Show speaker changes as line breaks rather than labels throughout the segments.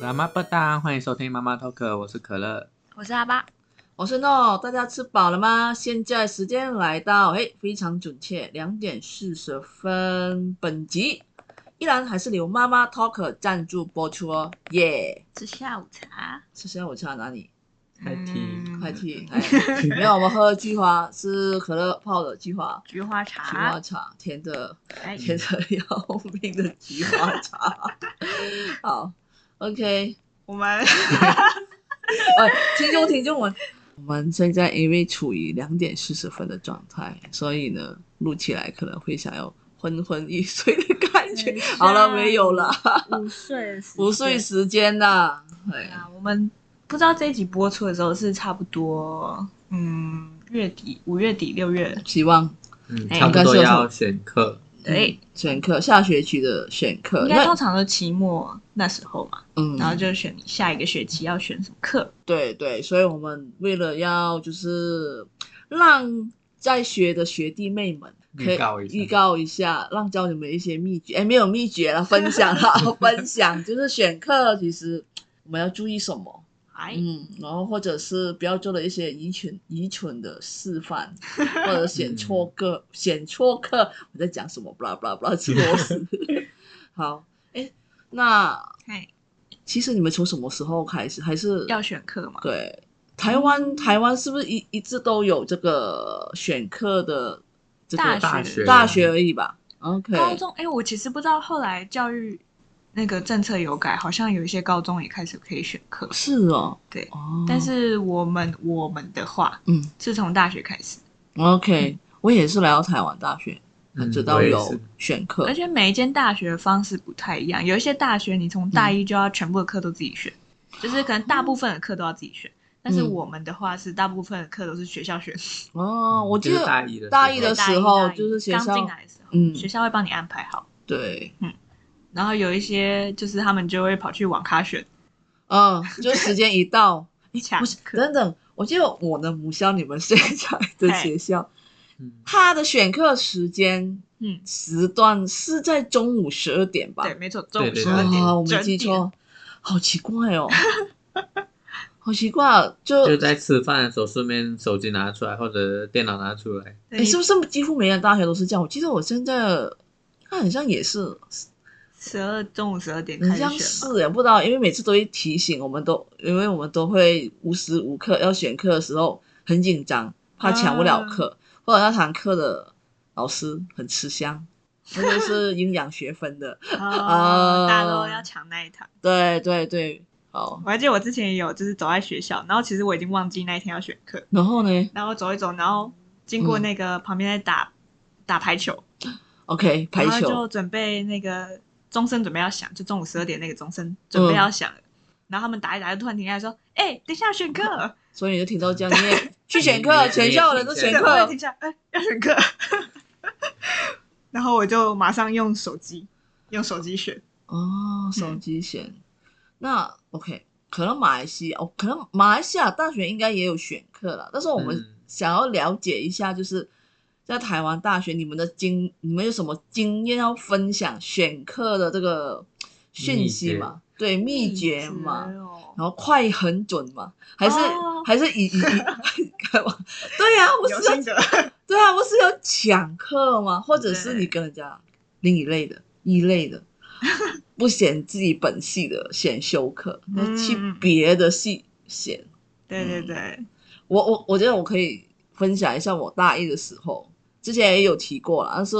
妈妈不搭，欢迎收听妈妈 talk，我是可乐。
我是阿巴，
我是诺，大家吃饱了吗？现在时间来到，哎，非常准确，两点四十分。本集依然还是由妈妈 Talk 赞助播出哦，耶、
吃下午茶，
吃下午茶哪里？
快踢
嗯
快去！哎，没有，我们喝菊花，是可乐泡的菊花，
菊花
菊
茶，
花茶，甜的，
啊哎，
甜的要命的菊花茶。好，OK，
我们
哎，听众听众们，我们现在因为处于两点四十分的状态，所以呢，录起来可能会想要昏昏欲睡的感觉
嗯。
好了，没有了，
午睡的时间
午睡时间啦。
对
哎，
啊，我们不知道这一集播出的时候是差不多，嗯，月底、五月底、六月，
希望
嗯，
哎
差不
应该
多
是有什么
要选课，
对，
选课下学期的选课，
嗯应该
那
通常都期末那时候嘛，
嗯，
然后就选你下一个学期要选什么课，
对对，所以我们为了要就是让在学的学弟妹们可
预
以
告一下
预告一下，让教你们一些秘诀，哎，没有秘诀了，分 享了，分享就是选课，其实我们要注意什么？
哎，
嗯，然后或者是不要做了一些愚蠢愚蠢的示范，或者
嗯
选错课，选错课，我在讲什么？blah blah blah，吃螺 丝。好，哎，那
哎，
其实你们从什么时候开始？还是
要选课嘛，
对，台湾台湾是不是一一直都有这个选课的这个
大
大
学
学
大学而已吧？OK，
高中，哎，我其实不知道后来教育那个政策有改，好像有一些高中也开始可以选课，
是哦，
对
哦，
但是我们我们的话
嗯
是从大学开始，
，OK，我也是来到台湾大学才
嗯
知道
我也
有
是
选课
而，且每一间大学的方式不太一样，有一些大学你从
嗯
大一就要全部的课都自己选，就是可能大部分的课都要自己选。
嗯
但是我们的话是大部分的课都是学校选，
哦，
嗯
我记
就是
得
大一的
大一的
时
时
大
候
一大一
就是学
刚
校
进来的时候，
嗯
学校会帮你安排好。
对，
然后有一些就是他们就会跑去网咖选
嗯，就时间 一到，
抢
不是
课，
等等，我记得我的母校你们现在的
嘿
学校，
候嗯
它的选课时间
嗯，
时段是在中午十二点吧？
对，没错，中午
对对
十
对
二点
啊，我没
整
记
点，
错，好奇怪 哦，好奇怪、啊，就
就在吃饭的时候顺便手机拿出来或者电脑拿出来，
对
你是不是几乎每个大学都是这样？我记得我现在看好像也是，
十二中午十二点
很
开
像
始选嘛？
是也不知道，因为每次都会提醒我们都，因为我们都会无时无刻要选课的时候很紧张，怕抢不
啊
了课，或者那堂课的老师很吃香，或 者是营养学分的，
哦
啊
大家都要抢那一堂。
对对对，好，
我还记得我之前也有，就是走在学校，然后其实我已经忘记那一天要选课，
然后呢
然后走一走，然后经
嗯
过那个旁边在打、打排球，
？OK，排
然后
球。
就准备那个钟声准备要响，就中午十二点那个钟声准
嗯
备要响了，然后他们打一打就突然停下来说：“哎、等一下要选 课，
所以你就听到这样，你也去选
你
课，
也
全校人都选
你
对，我也
课
停，下来，哎、要选课。” 然后我就马上用手机用手机选，
哦，手机选。那 OK，可能马来西亚，哦，可能马来西亚大学应该也有选课了，但是我们
嗯
想要了解一下，就是在台湾大学你们的经，你们有什么经验要分享选课的这个讯息嘛？对，秘诀嘛。
哦
然后快很准嘛？还是、
哦
还是以以 以干嘛？对呀、我
有
是要
心得，
对啊，不是有抢课吗？或者是
对
你跟人家另一类的、异类 的，不选自己本系的选修课，那
嗯
去别的系选。
对对
嗯
对，
我我我觉得我可以分享一下我大一的时候，之前也有提过了，但是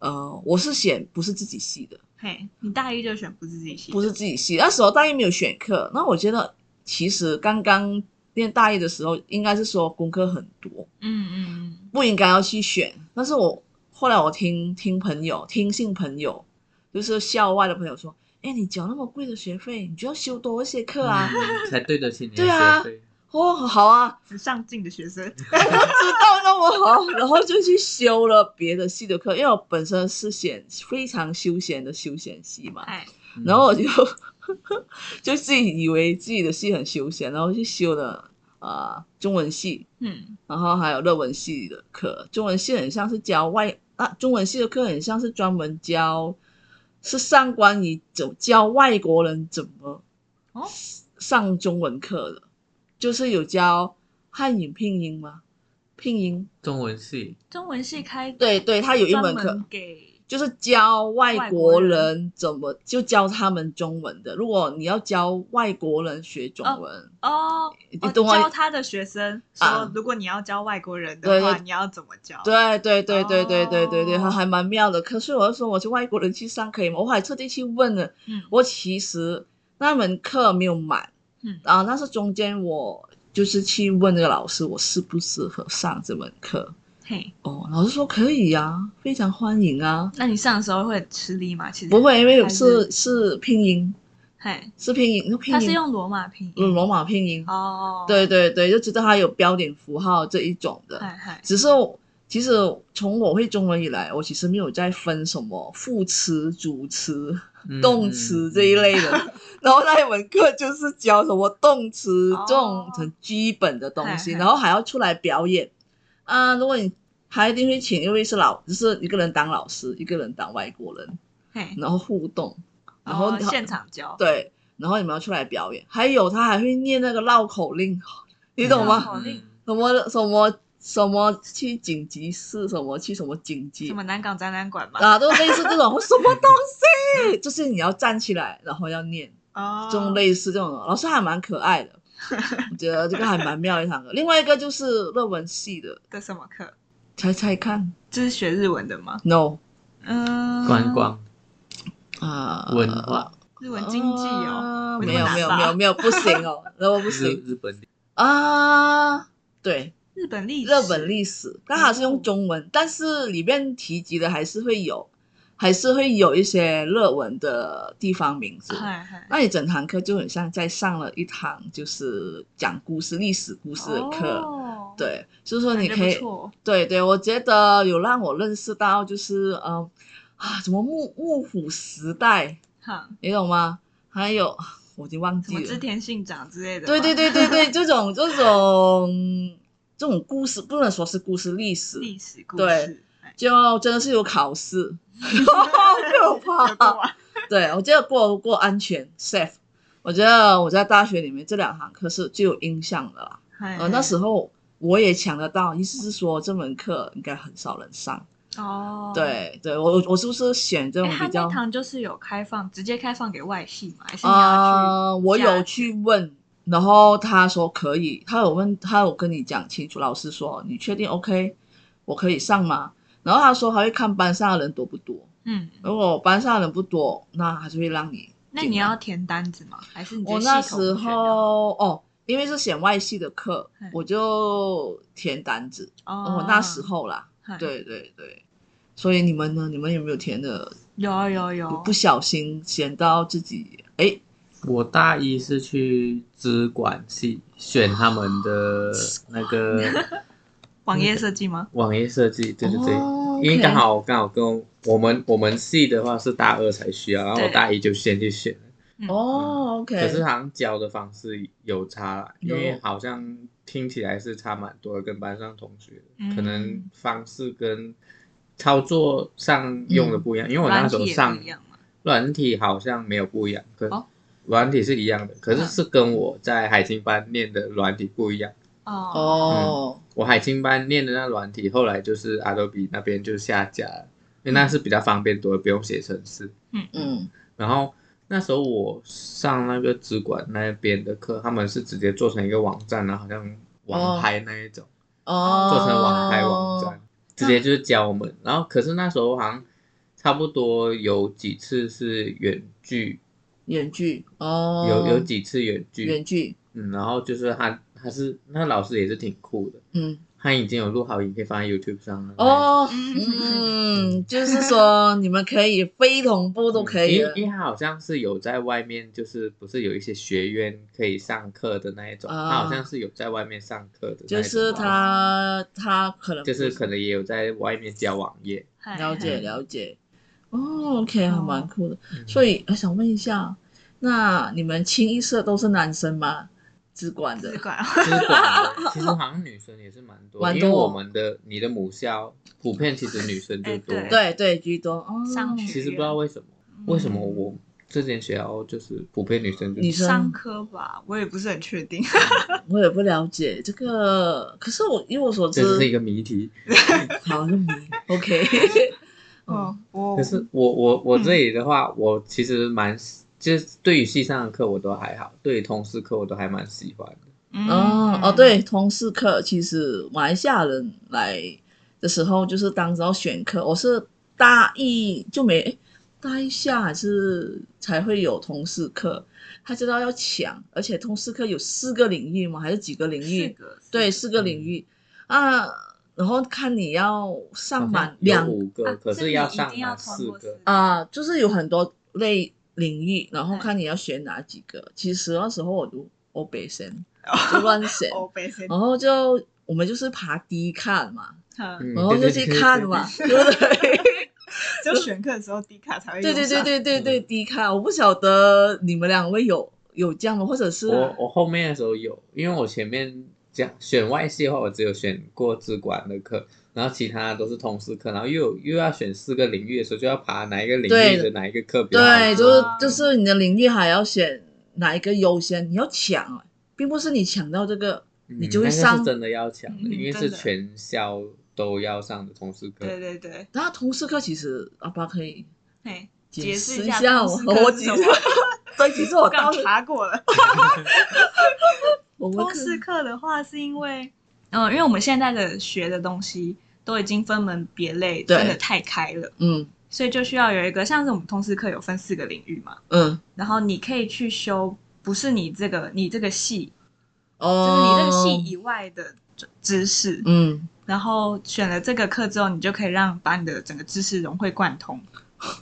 呃，我是选不是自己系的，
嘿，你大一就选不是自己系的，
不是自己系。那时候大一没有选课，那我觉得其实刚刚念大一的时候，应该是说功课很多，
嗯嗯嗯。
不应该要去选。但是我后来我听听朋友，听信朋友，就是校外的朋友说，哎，你缴那么贵的学费，你就要修多一些课啊。
嗯才对得起你的
对啊
学费。
哦，好啊，
很上进的学生，
嗯知道那么好， 然后就去修了别的系的课，因为我本身是选非常休闲的休闲系嘛，
哎，
嗯
然后我就 就自己以为自己的系很休闲，然后去修了啊、呃中文系，
嗯，
然后还有日文系的课，中文系很像是教外啊，中文系的课很像是专门教，是上关于怎教外国人怎么
哦
上中文课的，就是有教汉语拼音嘛，拼音
中文系
中文系开
对对，他有一
专
门
门
课
给
就是教外
外
国
国人
人怎么就教他们中文的。如果你要教外国人学中
哦
文，
哦
你
哦
懂我
教他的学生
啊
说，如果你要教外国人
对
的话，
对
你要怎么教？
对对对对对对对对，
哦
还蛮妙的。可是我就说我是外国人去上可以吗？我还特地去问了，
嗯，
我其实那门课没有满，
嗯
啊，但是中间我就是去问那个老师，我适不适合上这门课。
嘿，
哦，老师说可以呀、非常欢迎啊。
那你上的时候会很吃力吗？其实
不，会，因为
嗯还
是
是
是拼音，
嘿，
是拼音，拼
他是
音，
用罗马拼
嗯，
音
罗马拼音。
哦，
对，对对，就知道它有标点符号这一种的。
嗨嗨，
只是我其实从我会中文以来，我其实没有在分什么副词、主词、
嗯
动
嗯
词
嗯
这一类的。 然后那一门课就是教什么动词
哦
这种很基本的东西，
嗨嗨
然后还要出来表演啊。如果你还一定会请一位是老，就是一个人当老师，一个人当外国人，
嘿，
然后互动，然后
哦
你好、
现场教，
对，然后你们要出来表演。还有他还会念那个绕口令，你懂吗？
绕口令
嗯
什么什么什么去紧急室，什么去什么紧急
什么南港展览馆嘛，
啊，都类似这种什么东西，就是你要站起来，然后要念
哦，
这种啊类似这种的，老师还蛮可 爱的，我觉得这个还蛮妙的一堂课。另外一个就是日文系的，
的什么课？
猜猜看
这是学日文的吗？
，no
嗯，
观光
啊、
文化
日文经济哦，
啊
没
没
那
有
么
没有
难吧
没有没有不行哦，那我不
日
行
日本
啊，对，
日本历史，
日本历史，
嗯
它还是用中文，但是里面提及的还是会有，还是会有一些日文的地方名字。
嗨嗨，
那你整堂课就很像在上了一堂就是讲故事、历史故事的课。
哦，
对，就是说
感
你
觉
可以
不，错哦
对对，我觉得有让我认识到，就是嗯啊，什么幕幕府时代，
哈，
你懂吗？还有我已经忘
什
记
么
了，
织田信长之类的，
对对，对对对，这种这种这种故事不能说是故事，历史
历史故
对
事， 哎
就真的是有 考试，好可
有过
怕。
啊
对我觉得过过安全 safe，我觉得我在大学里面这两堂课是最有印象的啦。
嗨
呃，那时候我也抢得到，意思是说这门课应该很少人上。
嗨哦，。
对对，我我我是不是选这种
哎，他
比较
那？堂就是有开放，直接开放给外系嘛？还是你要去？
啊、我
加
有去问，然后他说可以，他有问，他有跟你讲清楚，老师说你确定 OK，我可以上吗？然后他说还会看班上的人多不多，
嗯，
如果班上的人不多，那还是会让你。
那你要填单子吗？还是你
我
直接
那
系
时
统选掉
候哦，因为是选外系的课
嗯，
我就填单子。
哦，嗯
我那时候啦，
嗨
对对对。所以你们呢？你们有没有填的？
有啊有啊有
不
啊，
不小心选到自己哎，
我大一是去资管系选他们的那个
网页设计吗？
网页设计，对对对，
哦
因为
OK
刚好刚好跟我我们我们系的话是大二才需要，然后我
对
大一就先去选了，
哦，OK，
嗯可是好像教的方式有差啦，因
有
为好像听起来是差蛮多的，跟班上同学、
嗯
可能方式跟操作上用的不一样，因为我那
嗯软
时
体
候
也不
上
一样嘛。
软体好像没有不一样，可
哦
软体是一样的，可是
嗯
是跟我在海青班念的软体不一样。
哦
哦，
我海青班念的那软体，后来就是 Adobe 那边就下架了，因为那是比较方便多了，不用写程式。
嗯
然后那时候我上那个资管那边的课，他们是直接做成一个网站，然后好像网拍那一种，
哦，
做成网拍网站，直接就是教我们。然后可是那时候好像差不多有几次是远距，
远距哦，
有有几次远距，
远距，
嗯，然后就是他他是那老师也是挺酷的，
嗯
他已经有录好影片放在 YouTube 上了。
哦，
嗯
嗯，就是说你们可以非同步都可以
嗯因
了
为因为他好像是有在外面，就是不是有一些学院可以上课的那一种，
啊
他好像是有在外面上课的那一种，
就是他他可能
就是可能也有在外面教网页，
嗨
了解
嗨
了解，哦，OK，还
哦
蛮酷的。 所以我想问一下，那你们清一色都是男生吗？只管的
自管
以资管的其实好像女生也是蛮多，
蛮多哦
因为我们的你的母校普遍其实女生就多，
哎
对对居多，哦，
上学
其实不知道为什么，为什么我这间学校就是普遍女生就
女
是
生
商科吧，我也不是很确定。
我也不了解这个，可是我以我所
这是一
知，
个谜题。
好像没 OK，嗯，
嗯，我
可是我我我
嗯
这里的话，我其实蛮就是对于系上的课我都还好，对于同事课我都还蛮喜欢的。
嗯
哦哦，对，同事课其实马来西亚人来的时候，就是当时要选课，我是大一就没诶大一下还是才会有同事课，他知道要抢，而且同事课有四个领域吗？还是几个领
四
域？
个，
对，四个领域啊，然后看你要上
好像
满
有
两
五个，
啊
可
就是你
要
一
上
定要
满
通
四
过
个
四。
啊，就是有很多类领域，然后
对，
看你要选哪几个。其实那时候我就我北选，就乱选
哦，北森，
然后就我们就是爬低看嘛，
嗯
嗯
然后就去看嘛，对 不对？
就选课的时候低卡才会
对
用
对对
上，
对对对，低看。我不晓得你们两位有有这样的，或者是
我我后面的时候有，因为我前面讲选外系的话，我只有选过资管的课，然后其他都是通识课，然后又有又要选四个领域的时候，就要爬哪一个领域
对
的哪一个课比较好
对，就
做
是
啊
就是你的领域还要选哪一个优先，你要抢啊，并不是你抢到这个你
嗯
就会
那个是
上
真的要抢的，
嗯
因为
真
是
的
全校都要上的通识课。
对对对，
那同事课其实阿爸可以
嘿，
解
解
释
释
一
一
下
下
我
通识
我
课
其
是
实
什么
对，其实我
我刚
当
好
时
查过了。
我们
通识课的话，是因为，嗯、因为我们现在的学的东西都已经分门别类，
对
分得太开了，
嗯
所以就需要有一个，像是我们通识课有分四个领域嘛，
嗯
然后你可以去修，不是你这个你这个系，就是你这个
哦，
系以外的知知识，
嗯，
然后选了这个课之后，你就可以让把你的整个知识融会贯通，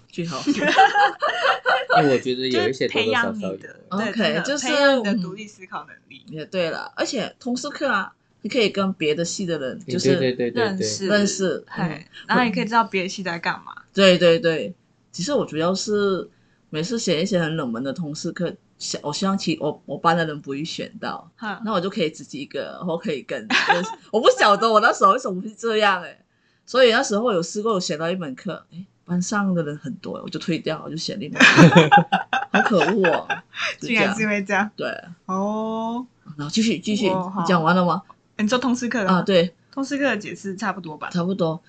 最 好
因为我觉得
就
有一些
是
多
培
多少
养你
少有。嗯
的
多多少少
对
有
真的
OK，就是
培养你的
嗯
独立思考能力，
也对了，而且同事课啊，你可以跟别的系的人就
对对
是
对对
认
对，
识
认识，嗯
嘿，然后也可以知道别的系在干嘛。
对对对。其实我主要是每次选一些很冷门的同事课，想我希望其我我班的人不会选到，
哈
那我就可以自己一个，然后可以跟，认识我不晓得我那时候为什么会这样哎、所以那时候我有试过，我选到一门课，哎，班上的人很多，我就退掉，我就选另一门课， 好可恶哦，就这
竟然
样
是因为这样
对，
哦。
然后继续继续，
哇好
你讲完了吗？
你做通识课的
啊，
吗，
对，
通识课的解释差不多吧？
差不多，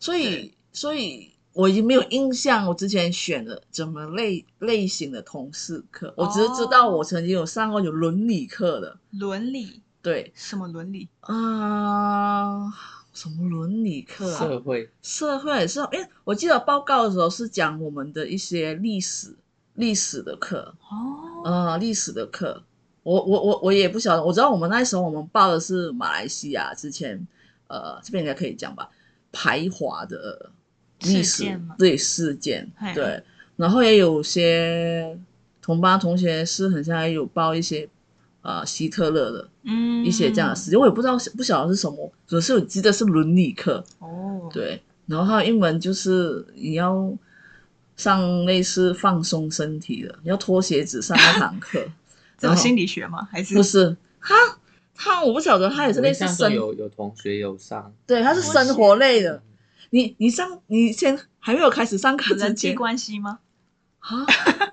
所以所以我已经没有印象，我之前选的怎么类类型的同事课，我只是知道
哦
我曾经有上过有伦理课的，
伦理
对，
什么伦理？
啊、什么伦理课啊？
社会
社会也是，因为我记得报告的时候是讲我们的一些历史历史的课，
哦，
啊，历史的课，我我我我也不晓得，我知道我们那时候我们报的是马来西亚之前，呃，这边应该可以讲吧，排华的
事
历史
件吗
对事件
嘿，
对，然后也有些同班同学是很像也有报一些，呃，希特勒的
嗯，
一些这样的事情，我也不知道不晓得是什么，只是我记得是伦理课，
哦，，
对，然后还有一门就是你要上类似放松身体的，你要脱鞋子上那堂课。
这种
然后
心理学吗？还是
不是他，他我不晓得他也是
我
类
印
似
象
生
中，有有同学有上，嗯
对，他是
脱
生
鞋
活类的。你你上你先还没有开始上课之
人际
前
关系吗？
啊，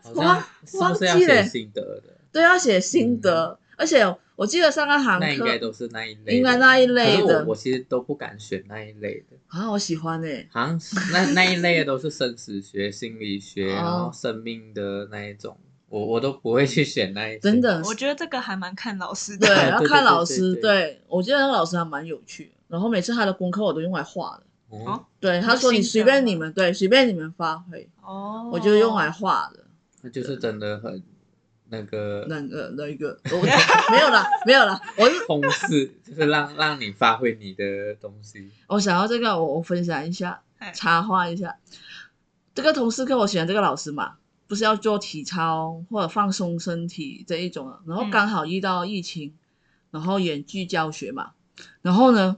好
忘
像是不是要
忘记了
写心得的？
对，要写心
嗯
得，而且我记得上那堂
那应该
课
都是那一类的，
应该那一类
可是
的
我我其实都不敢选那一类的，
啊，我喜欢哎、
好像是那那一类的都是生死学、 心理学，
哦
然后生命的那一种，我我都不会去选那一些。
真，的，
我觉得这个还蛮看老师
嗯对，
的。
对
要
对
看
对
老
对
师，
对
对我记得那个老师还蛮有趣的，然后每次他的功课我都用来画的。
哦，
对，他
有
说你
心
随
得
便
吗
啊
你们，对，随便你们发挥，
哦，
我就用来画的。
那就是真的很那个
那个那一个，我 没有啦，没有啦，我是
通识，就是让让你发挥你的东西。
我想要这个，我我分享一下，
嘿
插话一下。这个同事课我选这个老师嘛，不是要做体操或者放松身体这一种啊，然后
嗯
刚好遇到疫情，然后远距教学嘛，然后呢，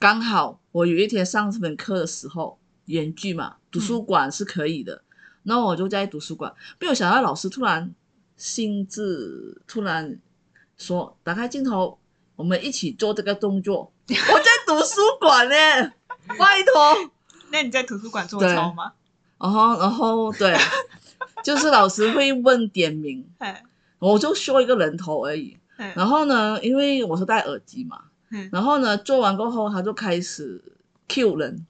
刚好我有一天上这门课的时候，远距嘛，图书馆是可以的，那我就在图书馆，没有想到老师突然兴致突然说，打开镜头，我们一起做这个动作。我在图书馆呢、拜托。
那你在图书馆做
对
操吗？
然后，然后对，就是老师会问点名，
哎
我就秀一个人头而已。
哎
然后呢，因为我是戴耳机嘛，
嗯
然后呢，做完过后他就开始 Q 人，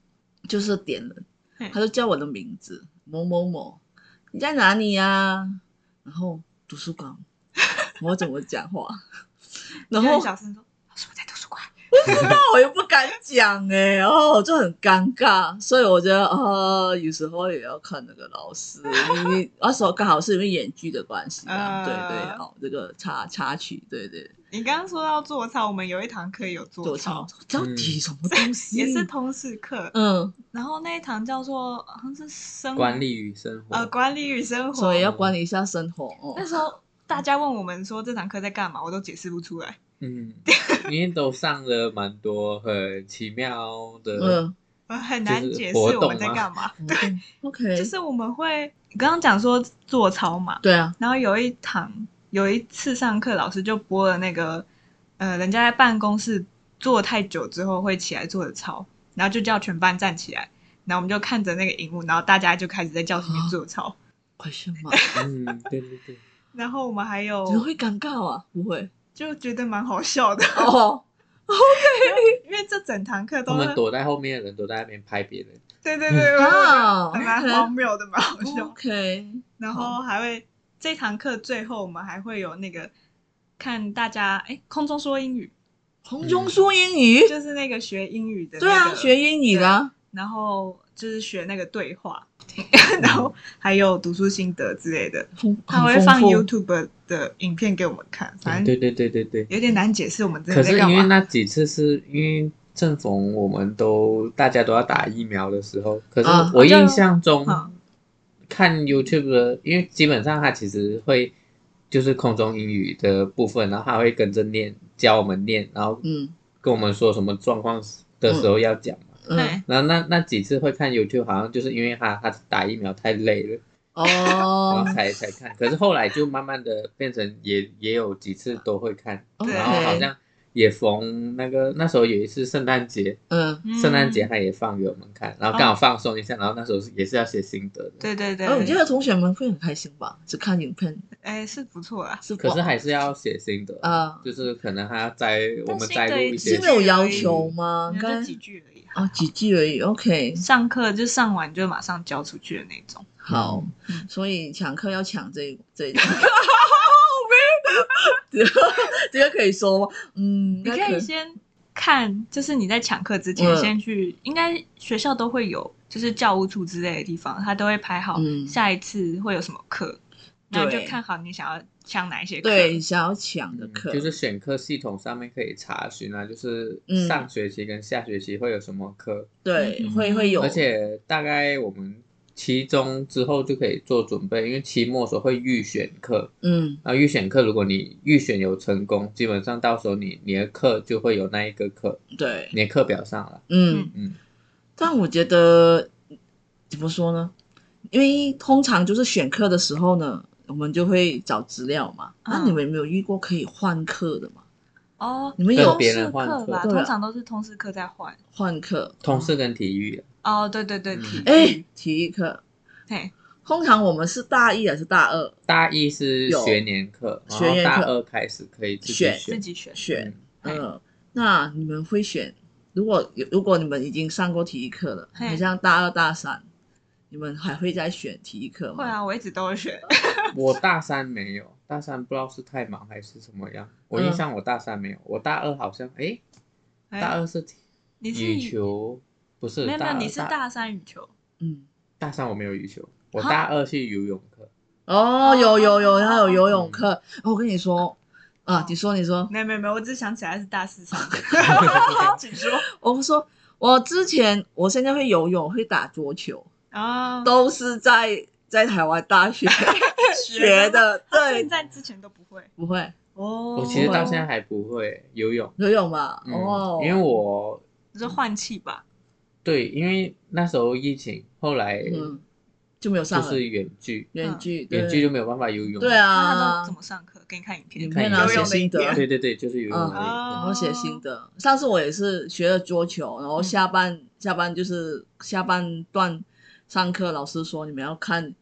就是点人
嗯，
他就叫我的名字某某某，你在哪里呀、然后图书 馆，我怎么讲话？然
就
后
很小声说：“老师，我在图书馆。
那我又不敢讲哎、然后我就很尴尬，所以我觉得呃，有时候也要看那个老师，因为那时候刚好是因为演剧的关系 啊，
啊
对对，哦，这个插插曲，对对，”
你刚刚说到做操，我们有一堂课有
做
做
操
操，
到
嗯
底什么东 西？
也是通识课，
嗯，
然后那一堂叫做好像是生
管理与生活，
呃管理与生活
所以。要管理一下生活哦
那。时候大家问我们说这堂课在干嘛，我都解释不出来。
嗯，因为都上了蛮多很奇妙的，
嗯
我很难
就是
解释
活动
我们在
吗
干嘛。
对，OK，
就是我们会你刚刚讲说做操嘛，
对啊，
然后有一堂有一次上课，老师就播了那个呃，人家在办公室坐太久之后会起来做的操，然后就叫全班站起来，然后我们就看着那个荧幕，然后大家就开始在教室里面做
哦
操。
快什么？
嗯，对对 对，
然后我们还有
你会尴尬啊？不会
就觉得蛮好笑 的，
哦，
因为这整堂课
我
都
们
是
躲在后面的人都在那边拍别人，
对对 对，我
啊
觉得蛮
，OK
荒谬的，蛮好笑。
嗯 OK，
然后还会这堂课最后我们还会有那个看大家哎空中说英语，
嗯
红中说英语，
就是那个学英语的、那
对啊，
个
学英语的啊，
然后就是学那个对话，然后还有读书心得之类的，
丰
他
很
会放
丰富
YouTube 的影片给我们看，反
嗯
正
对对对对对。
有点难解释我们真
可
的
是
在干
因为
嘛。
那几次是因为正逢我们都大家都要打疫苗的时候，可是
啊
我印象中、
嗯
看 YouTube 的，因为基本上它其实会就是空中英语的部分，然后它会跟着念教我们念，然后
嗯
跟我们说什么状况的时候要讲嘛。
嗯，
然后那那几次会看 YouTube，好像就是因为他他打疫苗太累了，然
哦
后才才看。可是后来就慢慢的变成也也有几次都会看，
对
然后好
，OK，
像也逢那个那时候有一次圣诞节，
嗯，哦
嗯
圣诞节他也放给我们看，然后刚好放松一下，然后那时候是也是要写心得的，
对对对，
哦，我觉得同学们会很开心吧？只看影片
哎是不错啦。
是不
可是还是要写心得，
啊，
就是可能还要再我们再录一
是
些
是没有要求吗？
你
应
就
该
几句嗯而已啊。
啊几句而已，OK，
上课就上完就马上交出去的那种，
好，
嗯
所以抢课要抢这一这 一这个这个可以说吗？嗯，
你
应
可
该
以先看，就是你在抢课之前
嗯
先去，应该学校都会有，就是教务处之类的地方，他都会排好
嗯
下一次会有什么课，
对
那就看好你想要抢哪一些课。
对想要抢的
嗯
课，
就是选课系统上面可以查询啊，就是
嗯
上学期跟下学期会有什么课，
对
嗯
会会有，
而且大概我们期中之后就可以做准备，因为期末的时候会预选课，
嗯
然后预选课如果你预选有成功，基本上到时候你你的课就会有那一个课，
对
你的课表上了，
嗯
嗯，
嗯，
但我觉得怎么说呢？因为通常就是选课的时候呢，我们就会找资料嘛。那、
嗯
你们有没有遇过可以换课的嘛？
哦，
你们
通
有
识
别人换
课
课
吧，
对啊
通常都是通识课在换。
换课？
通识跟体育啊，
哦，对对对，
嗯
体育
哎，体育课，
嘿，
通常我们是大一还是大二
大一是
有
学年课，
嗯
然
学
后
年课
大二开始可以自己
选
自
选，
己选。
选？
嗯
嗯，那你们会选？如果有，如果你们已经上过体育课了，
嘿
很像大二、大三，你们还会再选体育课吗？
会啊，我一直都会选。
我大三没有，大三不知道是太忙还是什么样。我
嗯
印象我大三没有，我大二好像诶，
哎
大二是体
你是
羽球，不是？
没有没
大
有，
二
你是
大
大三羽球。
嗯，
大三我没有羽球，我
哈
大二去游泳课，
哦，
哦
有有有，他有游泳
嗯
课。哦我跟你说，啊
哦，
你说你说，
没有没有没有，我只想起来是大四 上课。请说
我说我之前，我现在会游泳，会打桌球，
啊，
都是在在台湾大学 学的，对
现，在之前都不会
不会
哦。
我其实到现在还不会游泳。
游泳吧？
嗯
哦，
因为我
就是换气吧，
对，因为那时候疫情，后来
嗯就没有上
就
了
是远距，
远距，对
远距就没有办法游泳。
对，
那他
啊
都怎，么上课？给你看影片。
影片啊，
看游
写
泳
的
心
影
得，
片
对对对，就是游泳而已。嗯
然
啊
后写心得。上次我也是学了桌球，然后
嗯
下半、下半就是下半段上课，老师说你们要看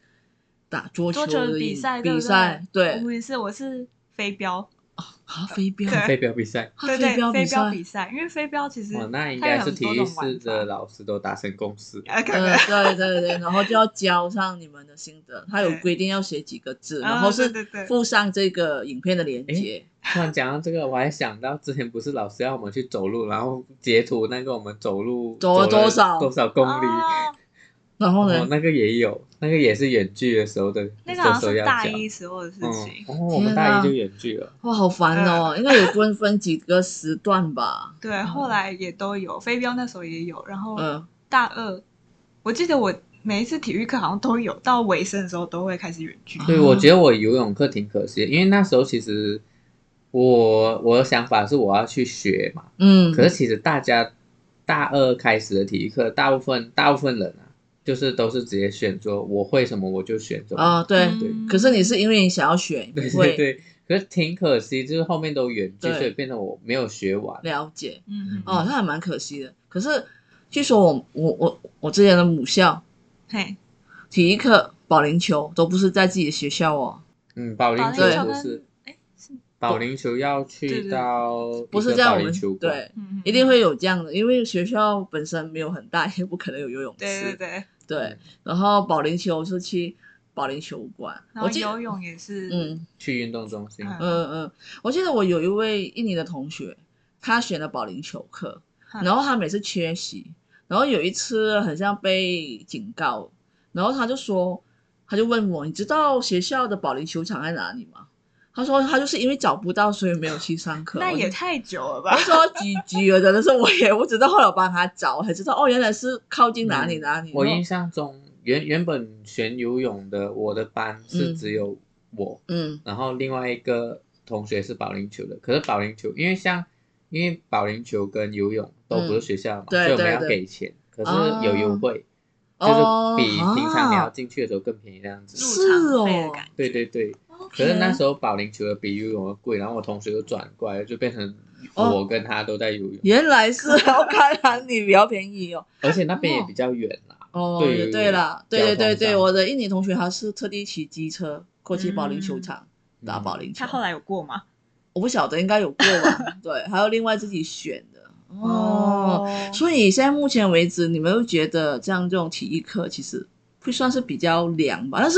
打桌
桌
球
球
的
比赛对
比
不
赛，对
我也是，我是飞镖，
啊，飞镖，
对
飞镖比赛。
啊
对
飞
对，
镖
飞镖
赛
比，赛，因为飞镖其实
哦，那应
它有
该是
很
体
多
育
种玩
室的
法
老师都达成共识。
啊，可能
嗯，对对对，然后就要交上你们的心得，他有
对
规定要写几个字，
啊
然后是
对对对
附上这个影片的连接。
突然讲到这个，我还想到之前不是老师要我们去走路，然后截图那个我们走路
走了多少
多少公里，
哦
然后
哦
呢，，
那个也有，那个也是远距的时候的，
那个好
的
像
时候
是
要
大
讲
一时候的事情
嗯，，哦，我们大一就远距了，
哇，好烦
嗯
哦，应该有分分几个时段吧？
对，后来也都有飞镖，那时候也有，然后
嗯，
大二，我记得我每一次体育课好像都有，到尾声的时候都会开始远距。
对，我觉得我游泳课挺可惜的，因为那时候其实我我的想法是我要去学嘛，
嗯，
可是其实大家大二开始的体育课，大部分大部分人啊，就是都是直接选说我会什么我就选什么，
啊，对，
嗯
可是你是因为你想要学，你
对
不
对
会
对，可是挺可惜，就是后面都远距，
对
所以变成我没有学完。
了解，
嗯，
哦，那还蛮可惜的。可是据说我我我我之前的母校
嘿，
体育课保龄球都不是在自己的学校哦，
嗯，保龄
保龄
球
对
球
不
跟
是，
哎是
保龄球要
对
去
对
到
不
一
是
个
在
保
我
龄
们
球馆
对。
嗯嗯
一定会有这样的，因为学校本身没有很大，也不可能有游泳池。
对对对，
对，然后保龄球是去保龄球馆，
然
我
后
记
游泳也是，
嗯
去运动中心。
嗯
嗯嗯，我记得我有一位印尼的同学，他选了保龄球课，
嗯
然后他每次缺席，然后有一次很像被警告，然后他就说，他就问我，你知道学校的保龄球场在哪里吗？他说他就是因为找不到，所以没有去上 课。
那
我就
也太久了
我
吧
就？说几几个人的时候，我也不知道，后来我帮他找，我才知道哦，原来是靠近哪里
嗯
哪里。
我
然后
印象中，原原本选游泳的我的班是
嗯
只有我，
嗯
然后另外一个同学是保龄球的。可是保龄球，因为像因为保龄球跟游泳都不
嗯
是学校嘛，
对
所以我们
对
要
对
给钱，可是有优惠，
哦
就是比平常你
啊
要进去的时候更便宜那样子。
是
入场费的
哦
感觉嗯
对对对，可是那时候保龄球的比游泳的贵，然后我同学就转过来，就变成
哦
我跟他都在游泳，
原来是哦，看来你比较便宜哦。
而且那边也比较远啦。
哦，
对
也对啦，对
交
对
通
对对，
上
我的印尼同学他是特地骑机车过去保龄球
嗯
场、打保龄球
他，后来有过吗？
我不晓得应该有过吧？对，还有另外自己选的哦。所以现在目前为止，你们会觉得这样这种体育课其实会算是比较凉吧？但是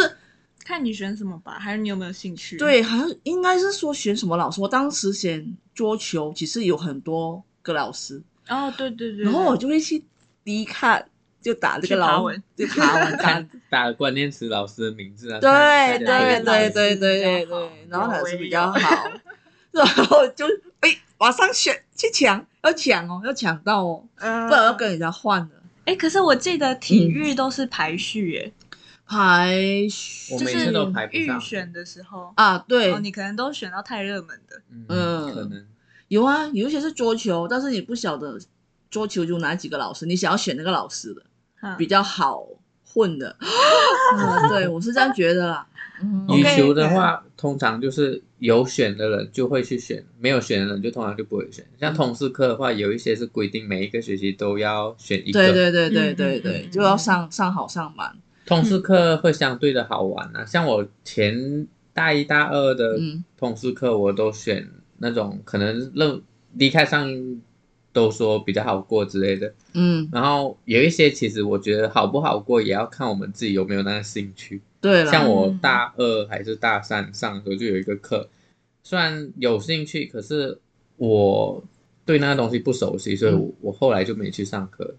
看你选什么吧，还有你有没有兴趣？
对，好像应该是说选什么老师。我当时选桌球，其实有很多个老师，
哦，对对对，
然后我就会去低看，就打这个
去爬
老
文，
对爬文打
看。打关键词老师的名字啊，
对
看看
对
哪
对
里
对对对
比较好
对，然后哪
有
是
威哦
比较
力
好， 然后就哎马上选去抢，要抢哦，要抢到哦，
嗯
不然要跟嗯人家换了。
哎，可是我记得体育都是排序耶，
排
我
就
每
是
次都排不
预
上
选的时候，
啊，对
哦，，你可能都选到太热门的，
嗯，可能
有啊，有一些是桌球，但是你不晓得桌球有哪几个老师，你想要选那个老师的。
嗯
比较好混 的。嗯，对我是这样觉得啦。嗯
羽
OK
球的话，通常就是有选的人就会去选，没有选的人就通常就不会选。像通识课的话，有一些是规定每一个学期都要选一个。
对对对对对
嗯嗯
对，
嗯
就要上上好上满。
通识课会相对的好玩啊，像我前大一大二的
嗯
通识课，我都选那种可能任离开上都说比较好过之类的，
嗯，
然后有一些其实我觉得好不好过，也要看我们自己有没有那个兴趣。
对了，
像我大二还是大三上的时候就有一个课，虽然有兴趣，可是我对那个东西不熟
嗯
悉，所以我,、我后来就没去上课。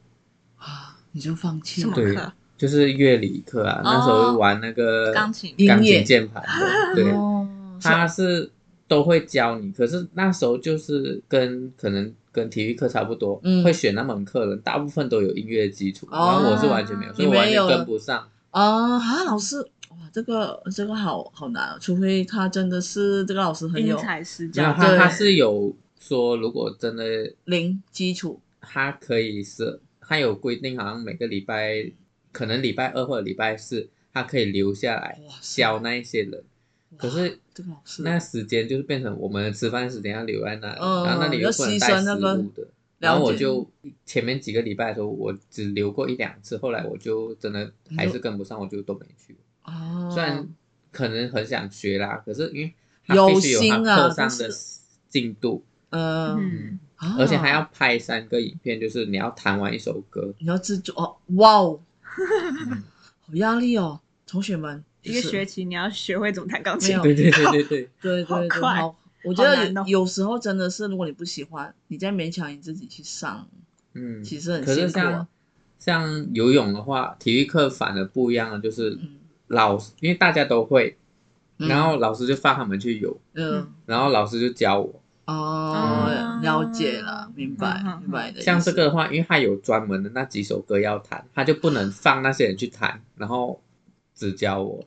啊你就放弃
什么
了。
对
课？
就是乐理课啊，那时候玩那个
钢琴
钢
音乐
琴键盘的，对，
哦，
他是都会教你，可是那时候就是跟可能跟体育课差不多，
嗯
会选那门课的人大部分都有音乐基础，
哦
然后我是完全没有，所以
你
我
没
完全
有
跟不上。
啊啊，老师，哇，这个这个好好难哦，除非他真的是这个老师很
因
有
材施
然
教
后，他
对
他是有说，如果真的
零基础。
他可以是，他有规定，好像每个礼拜可能礼拜二或者礼拜四，他可以留下来
哇塞
教那一些人。可是
这个老师
那时间就是变成我们的吃饭时间要留在那里，
嗯
然后那里
要
又不能
牺
带
牲
食
那个
物的。然后
了
我
解
就前面几个礼拜的时候，我只留过一两次，后来我就真的还是跟不上，我就都没去。
哦，
虽然可能很想学啦，可是因为它
有
必须有它
心啊
课上
但
的
是
进度，
呃，
嗯，
啊
而且还要拍三个影片，就是你要弹完一首 歌，
你要制作哦，哇哦，好压力哦，同学们，
一个
就是
学期你要学会怎么弹钢
没
琴
有，
对对对对 对，
对
好
对对，
快
好，我觉得
难哦
有有时候真的是，如果你不喜欢，你再勉强你自己去上，
嗯，
其实很
可
辛
是
苦啊
像。像游泳的话，体育课反而不一样了，就是
嗯
老师因为大家都会，
嗯
然后老师就放他们去游，
嗯，
然后老师就教我。
哦，
嗯
了解了，明白
嗯嗯嗯
明白你的意思。
像这个的话，因为他有专门的那几首歌要弹，他就不能放那些人去弹，然后只教我。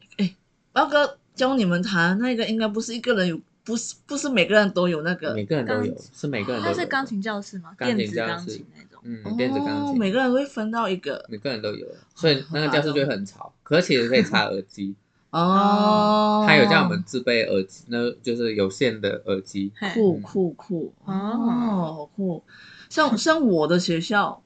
那个教你们弹那个，应该不是一个人有，不是不是每个人都有那个
每个人都有
钢，
是每个人都
它
有。
是钢，琴教室吗？
钢琴
电子
教
钢
室
琴那种。
嗯，电子钢
哦，
琴，
每个人会分到一个
每个人都有，所
哦
以那个教室就会很吵。可是其实可以插耳机，
哦。
他有叫我们自备耳机，那就是有线的耳机。
嘿
酷酷酷
哦
哦，好酷！像像我的学校，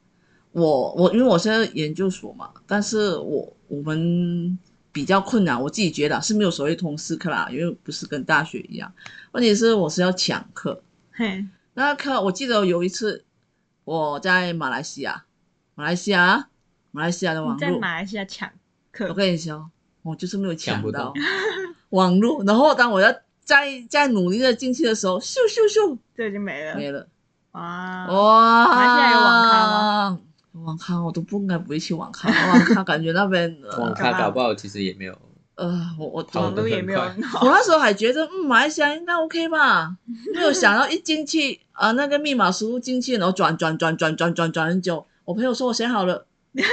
我我因为我现在研究所嘛，但是我我们比较困难，我自己觉得啊是没有所谓通识课啦，因为不是跟大学一样，问题是我是要抢课。
嘿，
那课我记得有一次我在马来西亚，马来西亚，马来西亚的网
你在
络，
马来西亚抢课
我，跟你说，我就是没有抢
抢不
到
到
网络，然后当我要再再努力的进去的时候，咻咻咻
这已经没了。
没哦了。
哇，
哇！
啊马来西亚有网咖
吗？网咖我都不应该不会去网咖，网咖感觉那边
网
呃
咖搞不好其实也没有，
呃，我我
跑
网
得
络也没有
很
很好
我。那时候还觉得嗯，马来西亚应该 OK 吧，没有想到一进去啊、那个密码输入进去，然后转转转转转转转很久。我朋友说我选好了，
你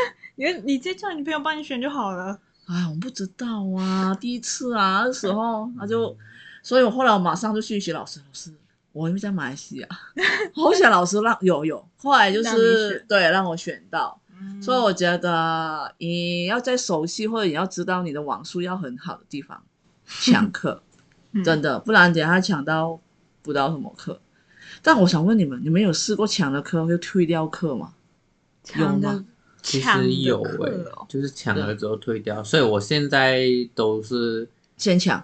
你直接叫你朋友帮你选就好了。
哎，我不知道啊，第一次啊，那时候他就，所以我后来我马上就去学老师，老师，我因为在马来西亚，好想老师让有有，后来就
让你
是
选
对让我选到，
嗯
所以我觉得你要在熟悉或者你要知道你的网速要很好的地方抢课，真
的
嗯
的，不然等下抢到不知道什么课。但我想问你们，你们有试过抢的课会退掉课吗？
抢
有
的
吗
其
抢
实
的
有
课
诶、
哦
就是抢了之后退掉，所以我现在都是。
先抢，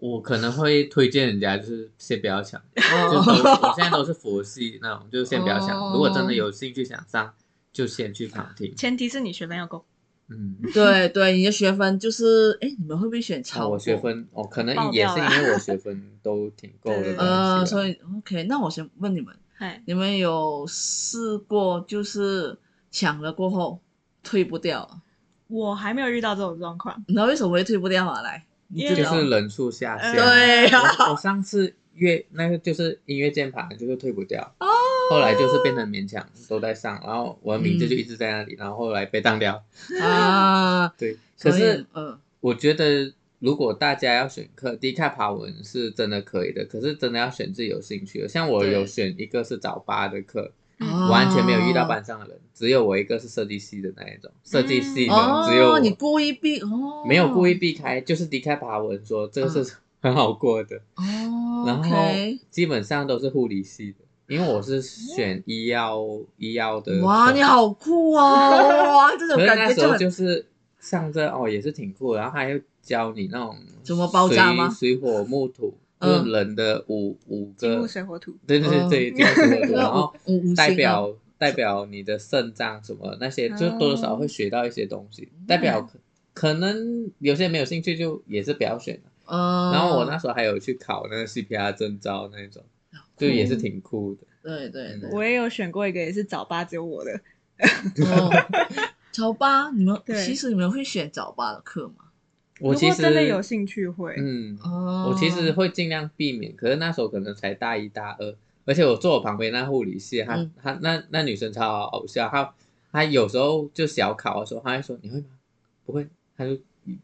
我可能会推荐人家，就是先不要抢，就都我
哦
现在都是佛系那种，就先不要抢。
哦
如果真的有兴趣想上，就先去旁听。
前提是你学分要够。
嗯，
对对，你的学分就是，哎，你们会不会选超
那
过？
我学分，哦，可能
爆
也
掉
是因
了
为我学分都挺够嗯的
对
关系啦。
呃，所以 OK，那我先问你们，
嘿，
你们有试过就是抢了过后退不掉？
我还没有遇到这种状况。
你知道为什么会退不掉吗？来，你
因
知
就
为
道嗯
是人数下限。
对啊呀、
我我上次乐那个就是音乐键盘就是退不掉，
哦
后来就是变成勉强都在上，然后我的名
嗯
字就一直在那里，然后后来被当掉。
啊，
对，
所
可
以
是
嗯，
我觉得如果大家要选课，低卡爬文是真的可以的，可是真的要选自己有兴趣的。像我
对哦
有选一个是早八的课，
啊
嗯
完全没有遇到班上的人，只有我一个是设计系的那一种，设计系的、
哦，
只有我
你故意避哦，嗯
没有故意避开，就是低卡爬文说这个是很好过的，
哦，
然后
OK 哦
基本上都是护理系的。因为我是选医药医药的课，
哇，你好 酷哦，哇，这种
可是
感
那
觉
时
就
候
很
就是上这哦也是挺酷的，然后他又教你那种
怎么包扎吗
水水火木土，
嗯
就是人的五五
金
个
木，水火土。
对对对对，金木水 火土，然后
五五啊
代表代表你的肾脏什么那些，就多多少少会学到一些东西。代表可可能有些人没有兴趣，就也是不要选了。
嗯，
然后我那时候还有去考那个 CPR 证照那种，就也是挺酷的。
对对
嗯
对，
我也有选过一个，也是早八只有我的。
哦， 早八，你们
对
其实你们会选早八的课吗？
我其
如
实
果真的有兴趣会，
嗯，
哦，
我其实会尽量避免，可是那时候可能才大一大二，而且我坐我旁边那护理系，她
嗯
她、那那女生超好笑，她她有时候就小考的时候，她会说你会吗？不会，她就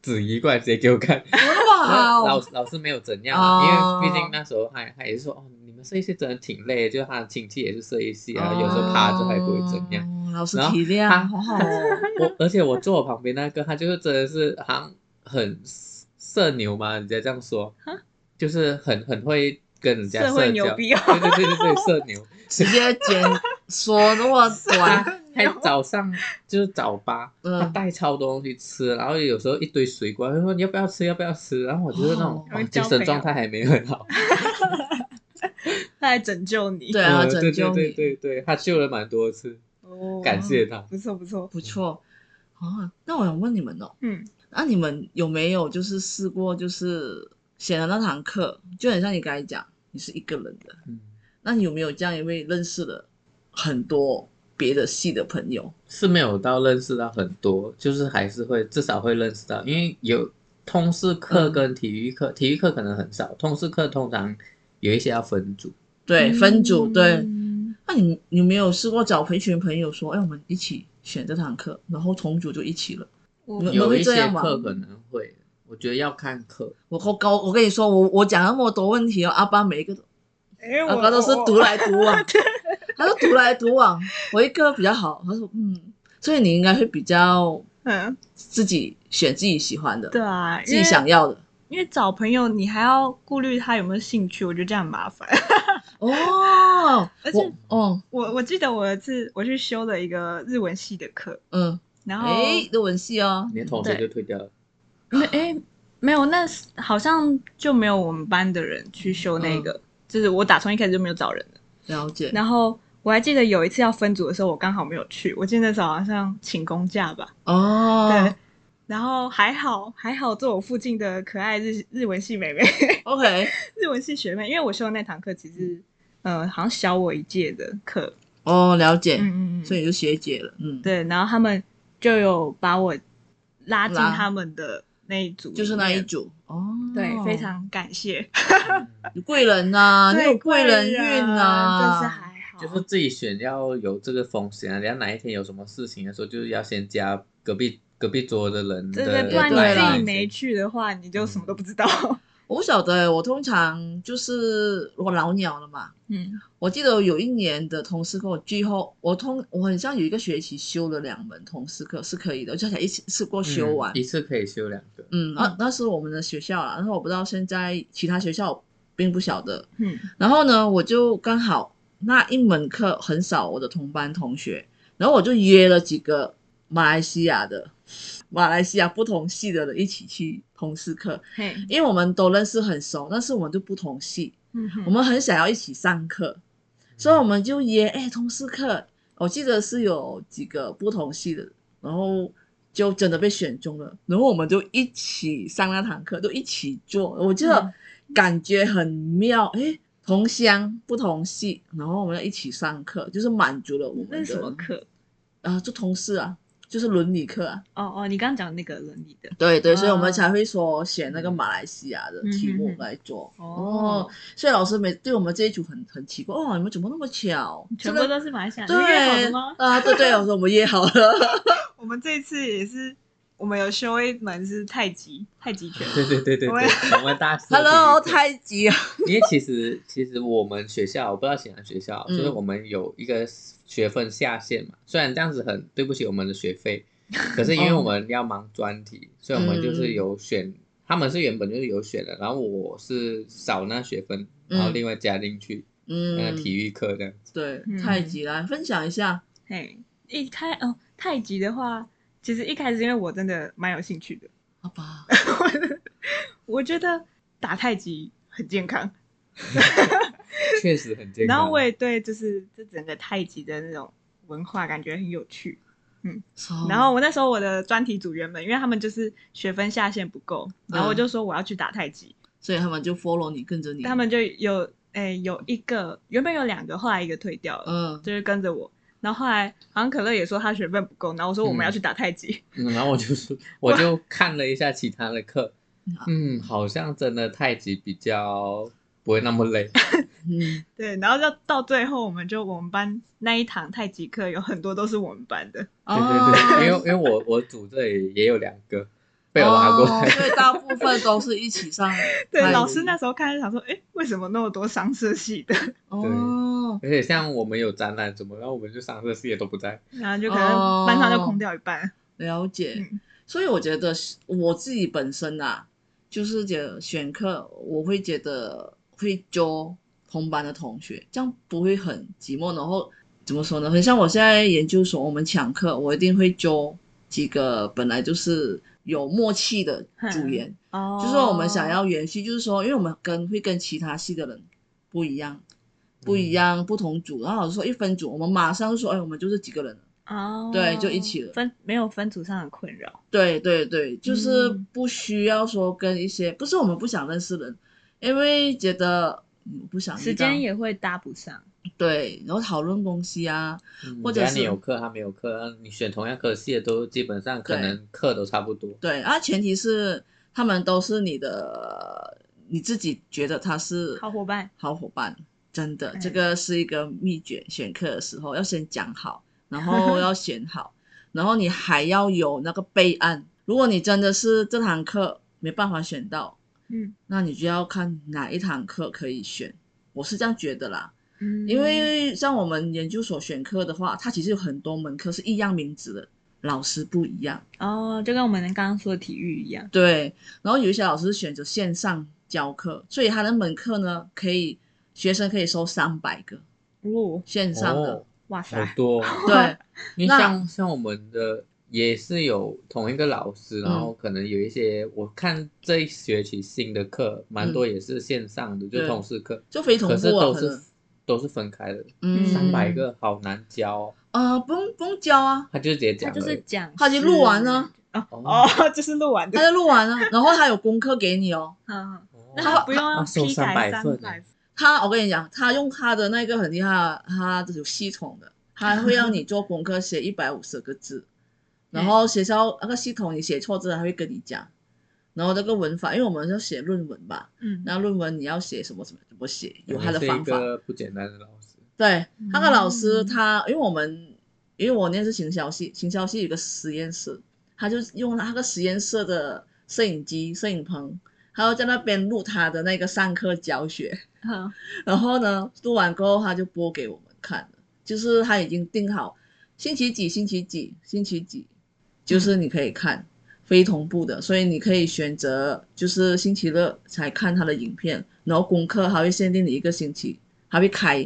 指移过来直接给我看，
哇，
老老师没有怎样，
哦
因为毕竟那时候她她也是说哦，你们设计系真的挺累的，就是她的亲戚也是设计系啊，有时候趴着还不会怎样。
样，哦老师
然后
体谅，
他
好好哦，
我而且我坐我旁边那个，他就是真的是好像很社牛嘛，人家这样说，就是很很会跟人家
社会
社
牛
交，
逼哦
对对对对对，社牛，
直接捡说那么 短，
还早上就是早八，他
嗯，
带超多东西吃，然后有时候一堆水果，他说你要不要吃，要不要吃？然后我就是那种
哦
哇
会
精
交
神
朋
状
友
态还没很好，
他来拯救你。
对啊，
呃对
拯
对
救
对
你，
对对，他救了蛮多次，
哦
感谢他。
不错不错，
不错。哦，那我想问你们哦，
嗯，
那你们有没有就是试过，就是选了那堂课，就很像你刚才讲，你是一个人的，
嗯，
那你有没有这样，因为认识了很多别的系的朋友？
是没有到认识到很多，就是还是会至少会认识到，因为有通识课
嗯
跟体育课，体育课可能很少，通识课通常有一些要分组。
对，分组对。
嗯
那你你有没有试过找一群朋友说，哎，我们一起选这堂课，然后同组就一起了？
我
你们
有
会
一
这
些
样吗
课可能会，我觉得要看课。
我我高，我跟你说，我我讲那么多问题哦，阿爸每一个都
哎，
阿
我
爸都是
我
独来独往，他说独来独往，我一个比较好，他说嗯，所以你应该会比较
嗯，
自己选自己喜欢的，
对啊，
自己想要的。
因为，因为找朋友你还要顾虑他有没有兴趣，我觉得这样很麻烦。
哦，
而且
我哦
我我记得我有一次我去修了一个日文系的课，
嗯，
然后
哎，日文系哦，
你的同学
对
就退掉了，
没哎没有，那是好像就没有我们班的人去修那个，就是我打从一开始就没有找人了。
了解。
然后我还记得有一次要分组的时候，我刚好没有去，我记得那时候好像请公假吧，
哦
对。然后还好还好，坐我附近的可爱日日文系妹妹，
，OK，
日文系学妹，因为我修的那堂课其实，呃，好像小我一届的课，
哦，了解，
嗯嗯嗯，
所以你就学姐了，嗯，，
对，然后他们就有把我拉进
拉
他们的那一组，
就是那一，组，哦，
对，非常感谢，哦
有贵人呐，你
对
有贵人运啊
真
呐，
是还好，
就是自己选要有这个风险啊。你要哪一天有什么事情的时候，就是要先加隔壁隔壁桌的人的
对
来
对，不然
来
你自
来
己
先
没去的话，你就什么都不知道，
我不晓得，我通常就是我老鸟了嘛。
嗯
我记得有一年的通识课，我最后我通我很像有一个学期修了两门通识课是可以的，我就想一次一次过修完
嗯。一次可以修两个。
嗯，那、那是我们的学校啦，然后我不知道现在其他学校并不晓得。
嗯
然后呢，我就刚好那一门课很少我的同班同学，然后我就约了几个马来西亚的马来西亚不同系的人一起去通识课，
嘿，
因为我们都认识很熟，但是我们就不同系，
嗯
我们很想要一起上课，所以我们就约哎通识课。我记得是有几个不同系的，然后就真的被选中了，然后我们就一起上那堂课，都一起做。我记得感觉很妙，哎，同乡不同系，然后我们要一起上课，就是满足了我
那
们
是什么
的
课？
啊，就同事啊，就是伦理课啊。
哦哦，你刚刚讲那个伦理的，
对对，所以我
啊
们才会说选那个马来西亚的题
嗯
目
嗯嗯
来做。
哦
哦，所以老师每对我们这一组很很奇怪，哦，你们怎么那么巧？
全
真
部
的
都是马来西亚，你们约好
对
的吗？
啊，对对，我说我们约好 了。
我们这一次也是，我们有修一门是太极，太极拳。
对对对对
我
对，我们大四
Hello，
第一个
太极啊，
因为其实其实我们学校，我不知道其他学校，
嗯
就是我们有一个学分下限嘛。虽然这样子很对不起我们的学费，可是因为我
哦
们要忙专题，所以我们
嗯
就是有选，他们是原本就是有选的，然后我是少那学分，然后另外加进去 那
嗯
个，体育课这样子。
对
嗯，
太极来分享一下。
嘿，一开哦，太极的话，其实一开始因为我真的蛮有兴趣的，
好 吧，
我觉得打太极很健康，
确实很健康。啊
然后我也对就是这整个太极的那种文化感觉很有趣。
哦
然后我那时候我的专题组员们，因为他们就是学分下限不够，然后
嗯
我就说我要去打太极，
所以他们就 follow 你，跟着你。
他们就有诶、有一个原本有两个，后来一个退掉了，
嗯，
就是跟着我。然后后来，好像可乐也说他学分不够，然后我说我们要去打太极，
嗯，然后我就说，我就看了一下其他的课
好，
嗯，好像真的太极比较不会那么累。
嗯，
对，然后就到最后，我们就我们班那一堂太极课有很多都是我们班的，
哦
对对对，因为因为我我组这里也有两个被我拉过
哦
来，
所以大部分都是一起上。
对，
太
老
极
师那时候看就想说，哎，为什么那么多商社系的？
哦，
而且像我们有展览什么，然后我们就上这系也都不在。
然后就可能
哦
班上就空掉一半。
了解，
嗯
所以我觉得是我自己本身啊，就是觉得选课我会觉得会揪同班的同学，这样不会很寂寞，然后怎怎么说呢？很像我现在研究所，我们抢课，我一定会揪几个本来就是有默契的组员，
哦
就是说我们想要延续，就是说，因为我们跟会跟其他系的人不一样，不一样，不同组。然后老师说一分组，我们马上就说，哎，我们就是几个人。
哦，
对就一起了
分没有分组上的困扰，
对对对，就是
嗯
不需要说跟一些，不是我们不想认识人，因为觉得嗯不想遇
时
到
间也会搭不上。
对，然后讨论东西啊，
嗯
或者
等下你
是
有课他没有课，你选同样科系的都基本上可
对
能课都差不多。
对啊，前提是他们都是你的，你自己觉得他是
好伙伴，
好伙伴，真的，这
嗯
个是一个秘诀。选课的时候要先讲好，然后要选好，然后你还要有那个备案。如果你真的是这堂课没办法选到，
嗯，
那你就要看哪一堂课可以选。我是这样觉得啦，
嗯
因为像我们研究所选课的话，它其实有很多门课是一样名字的，老师不一样。
哦，就跟我们刚刚说的体育一样，
对，然后有一些老师选择线上教课，所以他的门课呢，可以学生可以收三百个
哦，
线上的
哦，，
哇
好
塞，
多哦。
对，
因为
那
像像我们的也是有同一个老师，然
嗯
后可能有一些、我看这一学期新的课蛮多也是线上的，就
嗯对
同事课，
就非同
可是
步啊，
都
可
是
能
都是分开的，
嗯
三百个好难教、哦，
呃，不用不用教啊，
他就直接
他
讲
就
了。
是讲，
他已经录完了，
哦
哦
哦， 就是录完
他
的，
就录完了，然后他有功课给你哦，
嗯，嗯
哦
那他不用
啊收
批
三
改
百
三
份
百
啊，
他我跟你讲，他用他的那个很厉害，啊他有系统的，他会让你做功课写一百五十个字，然后学校那个系统你写错字，他会跟你讲，然后那个文法，因为我们要写论文吧。
嗯，
那论文你要写什么什么怎么写，有他
感觉
的
是
方
一
法。
个不简单的老师。
对，那个老师
嗯
他，因为我们因为我念是行销系，行销系有个实验室，他就用那个实验室的摄影机、摄影棚，他要在那边录他的那个上课教学，
嗯
然后呢，录完过后他就播给我们看了，就是他已经定好星期几、星期几、星期几，就是你可以看。非同步的，所以你可以选择就是星期六才看他的影片，然后功课还会限定你一个星期，还会开，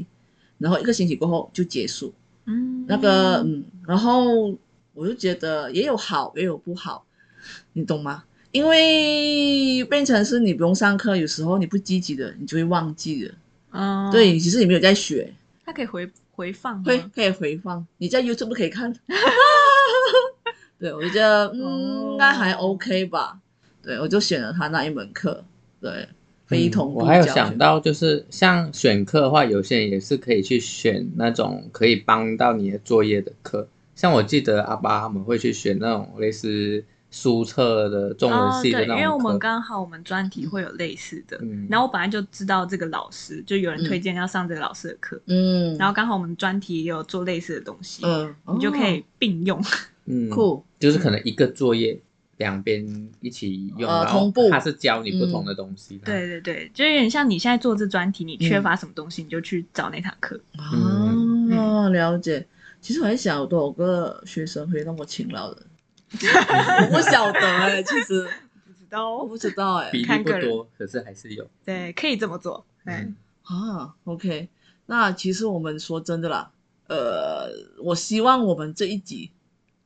然后一个星期过后就结束。
嗯，
那个嗯，然后我就觉得也有好也有不好，你懂吗？因为变成是你不用上课，有时候你不积极的，你就会忘记了。
嗯，
对，其实你没有在学，
他可以回回放吗，
会可以回放，你在 YouTube 可以 看。对，我就觉得嗯，应该还
哦
OK 吧。对，我就选了他那一门课。对，非同
嗯
步
我还有
教学
想到，就是像选课的话，有些人也是可以去选那种可以帮到你的作业的课。像我记得阿爸他们会去选那种类似书册的中文
哦，
系的
对，
那种课。
因为我们刚好我们专题会有类似的，
嗯，
然后我本来就知道这个老师，就有人推荐要上这个老师的课，
嗯，
然后刚好我们专题也有做类似的东西，
嗯，
你就可以并用。
哦
嗯，
酷，
就是可能一个作业两边一起用，
呃
然后
同步嗯
它是教你不同的东西。，
对对对，就有点像你现在做这专题，你缺乏什么东西，你就去找那堂课。
嗯
哦，了解。其实我很想有多少个学生会那么勤 劳的，我不晓得哎、其实
不知道
我
哦，
不知道哎、
比例
看
不
个人
多，可是还是有。
对，可以这么做。嗯，
嗯，
啊，OK，那其实我们说真的啦，呃，我希望我们这一集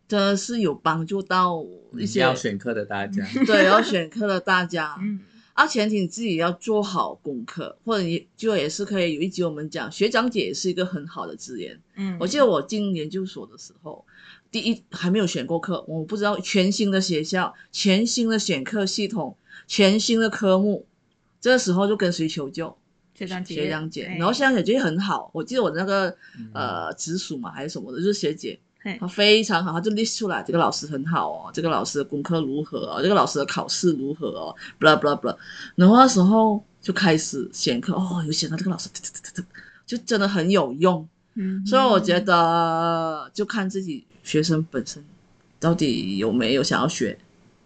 真的是有帮助到一些
嗯要选课的大 家，
对要选课的大家，
嗯，
啊，前提你自己要做好功课，或者你就也是可以有一集我们讲学长姐也是一个很好的资源，
嗯
我记得我进研究所的时候，第一还没有选过课，我不知道全新的学校、全新的选课系统、全新的科目，这时候就跟谁求救？
学长姐，
学长姐，
哎
然后学长姐就很好。我记得我那个
嗯
呃直属嘛还是什么的，就是学姐，
嘿
她非常好，她就 list 出来这个老师很好哦，这个老师的功课如何哦，这个老师的考试如何哦，blah blah blah。然后那时候就开始选课，哦，有选到这个老师，嘖嘖嘖嘖嘖就真的很有用。
嗯，
所以我觉得就看自己学生本身到底有没有想要学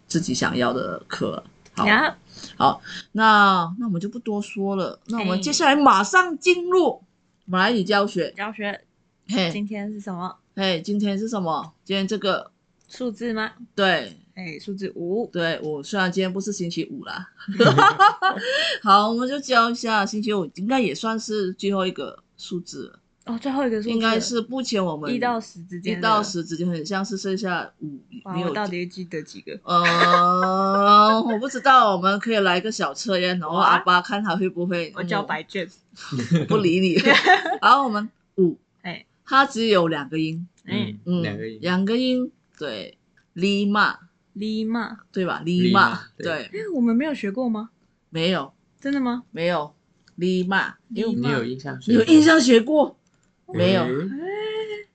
自己想要的课。好，
然后
那那我们就不多说了，那我们
哎
接下来马上进入马来语教学。
教学
嘿，
今天是什么
嘿，今天是什么？今天这个
数字吗？
对
哎，数字五。
对，我虽然今天不是星期五 啦， 好，我们就教一下星期五，应该也算是最后一个数字了。
哦，最后一个数字
应该是目前我们
一到十之间
一
的，
到十之间，很像是剩下五
哇，
没有嗯
我到底记得几个？
呃，我不知道，我们可以来一个小测验，然后
哇
阿巴看他会不会。
我交
嗯
白卷，
不理 你。然后我们五，
哎，
它只有两个音，
哎
嗯，
嗯，
两个音
两个音，对，lima
，lima，
对吧
Lima，
对，
哎我们没有学过吗？
没有
真的吗？
没有 lima，
你
因为
有印象？
你有印？象学过？
嗯
没有
诶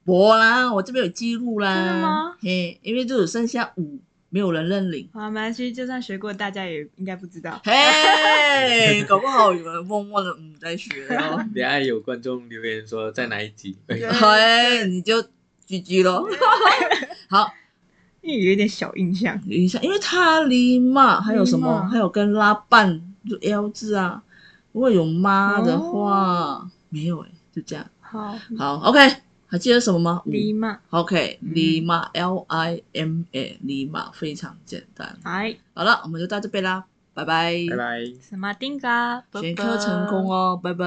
我啦，我这边有记录啦。
真的吗？
嘿，因为就只剩下五，没有人认领。
好，没关系，就算学过，大家也应该不知道。
嘿，搞不好有人默默的嗯在学哦。
等下有观众留言说在哪一集？
嘿，你就 GG 咯。好，
因为有一点小印象，
有印象，因为它离嘛，还有什么？
Lima
还有跟拉半就 L 字啊。如果有妈的话，
哦
没有哎、就这样。
好
好，OK，还记得什么
嗯
吗？五
，lima，
OK，
嗯
里马 L I M A 里马非常简单。
哎，
好了，我们就到这边啦，拜拜。
拜拜。
什么丁嘎，
选课成功
哦。
哦，拜拜。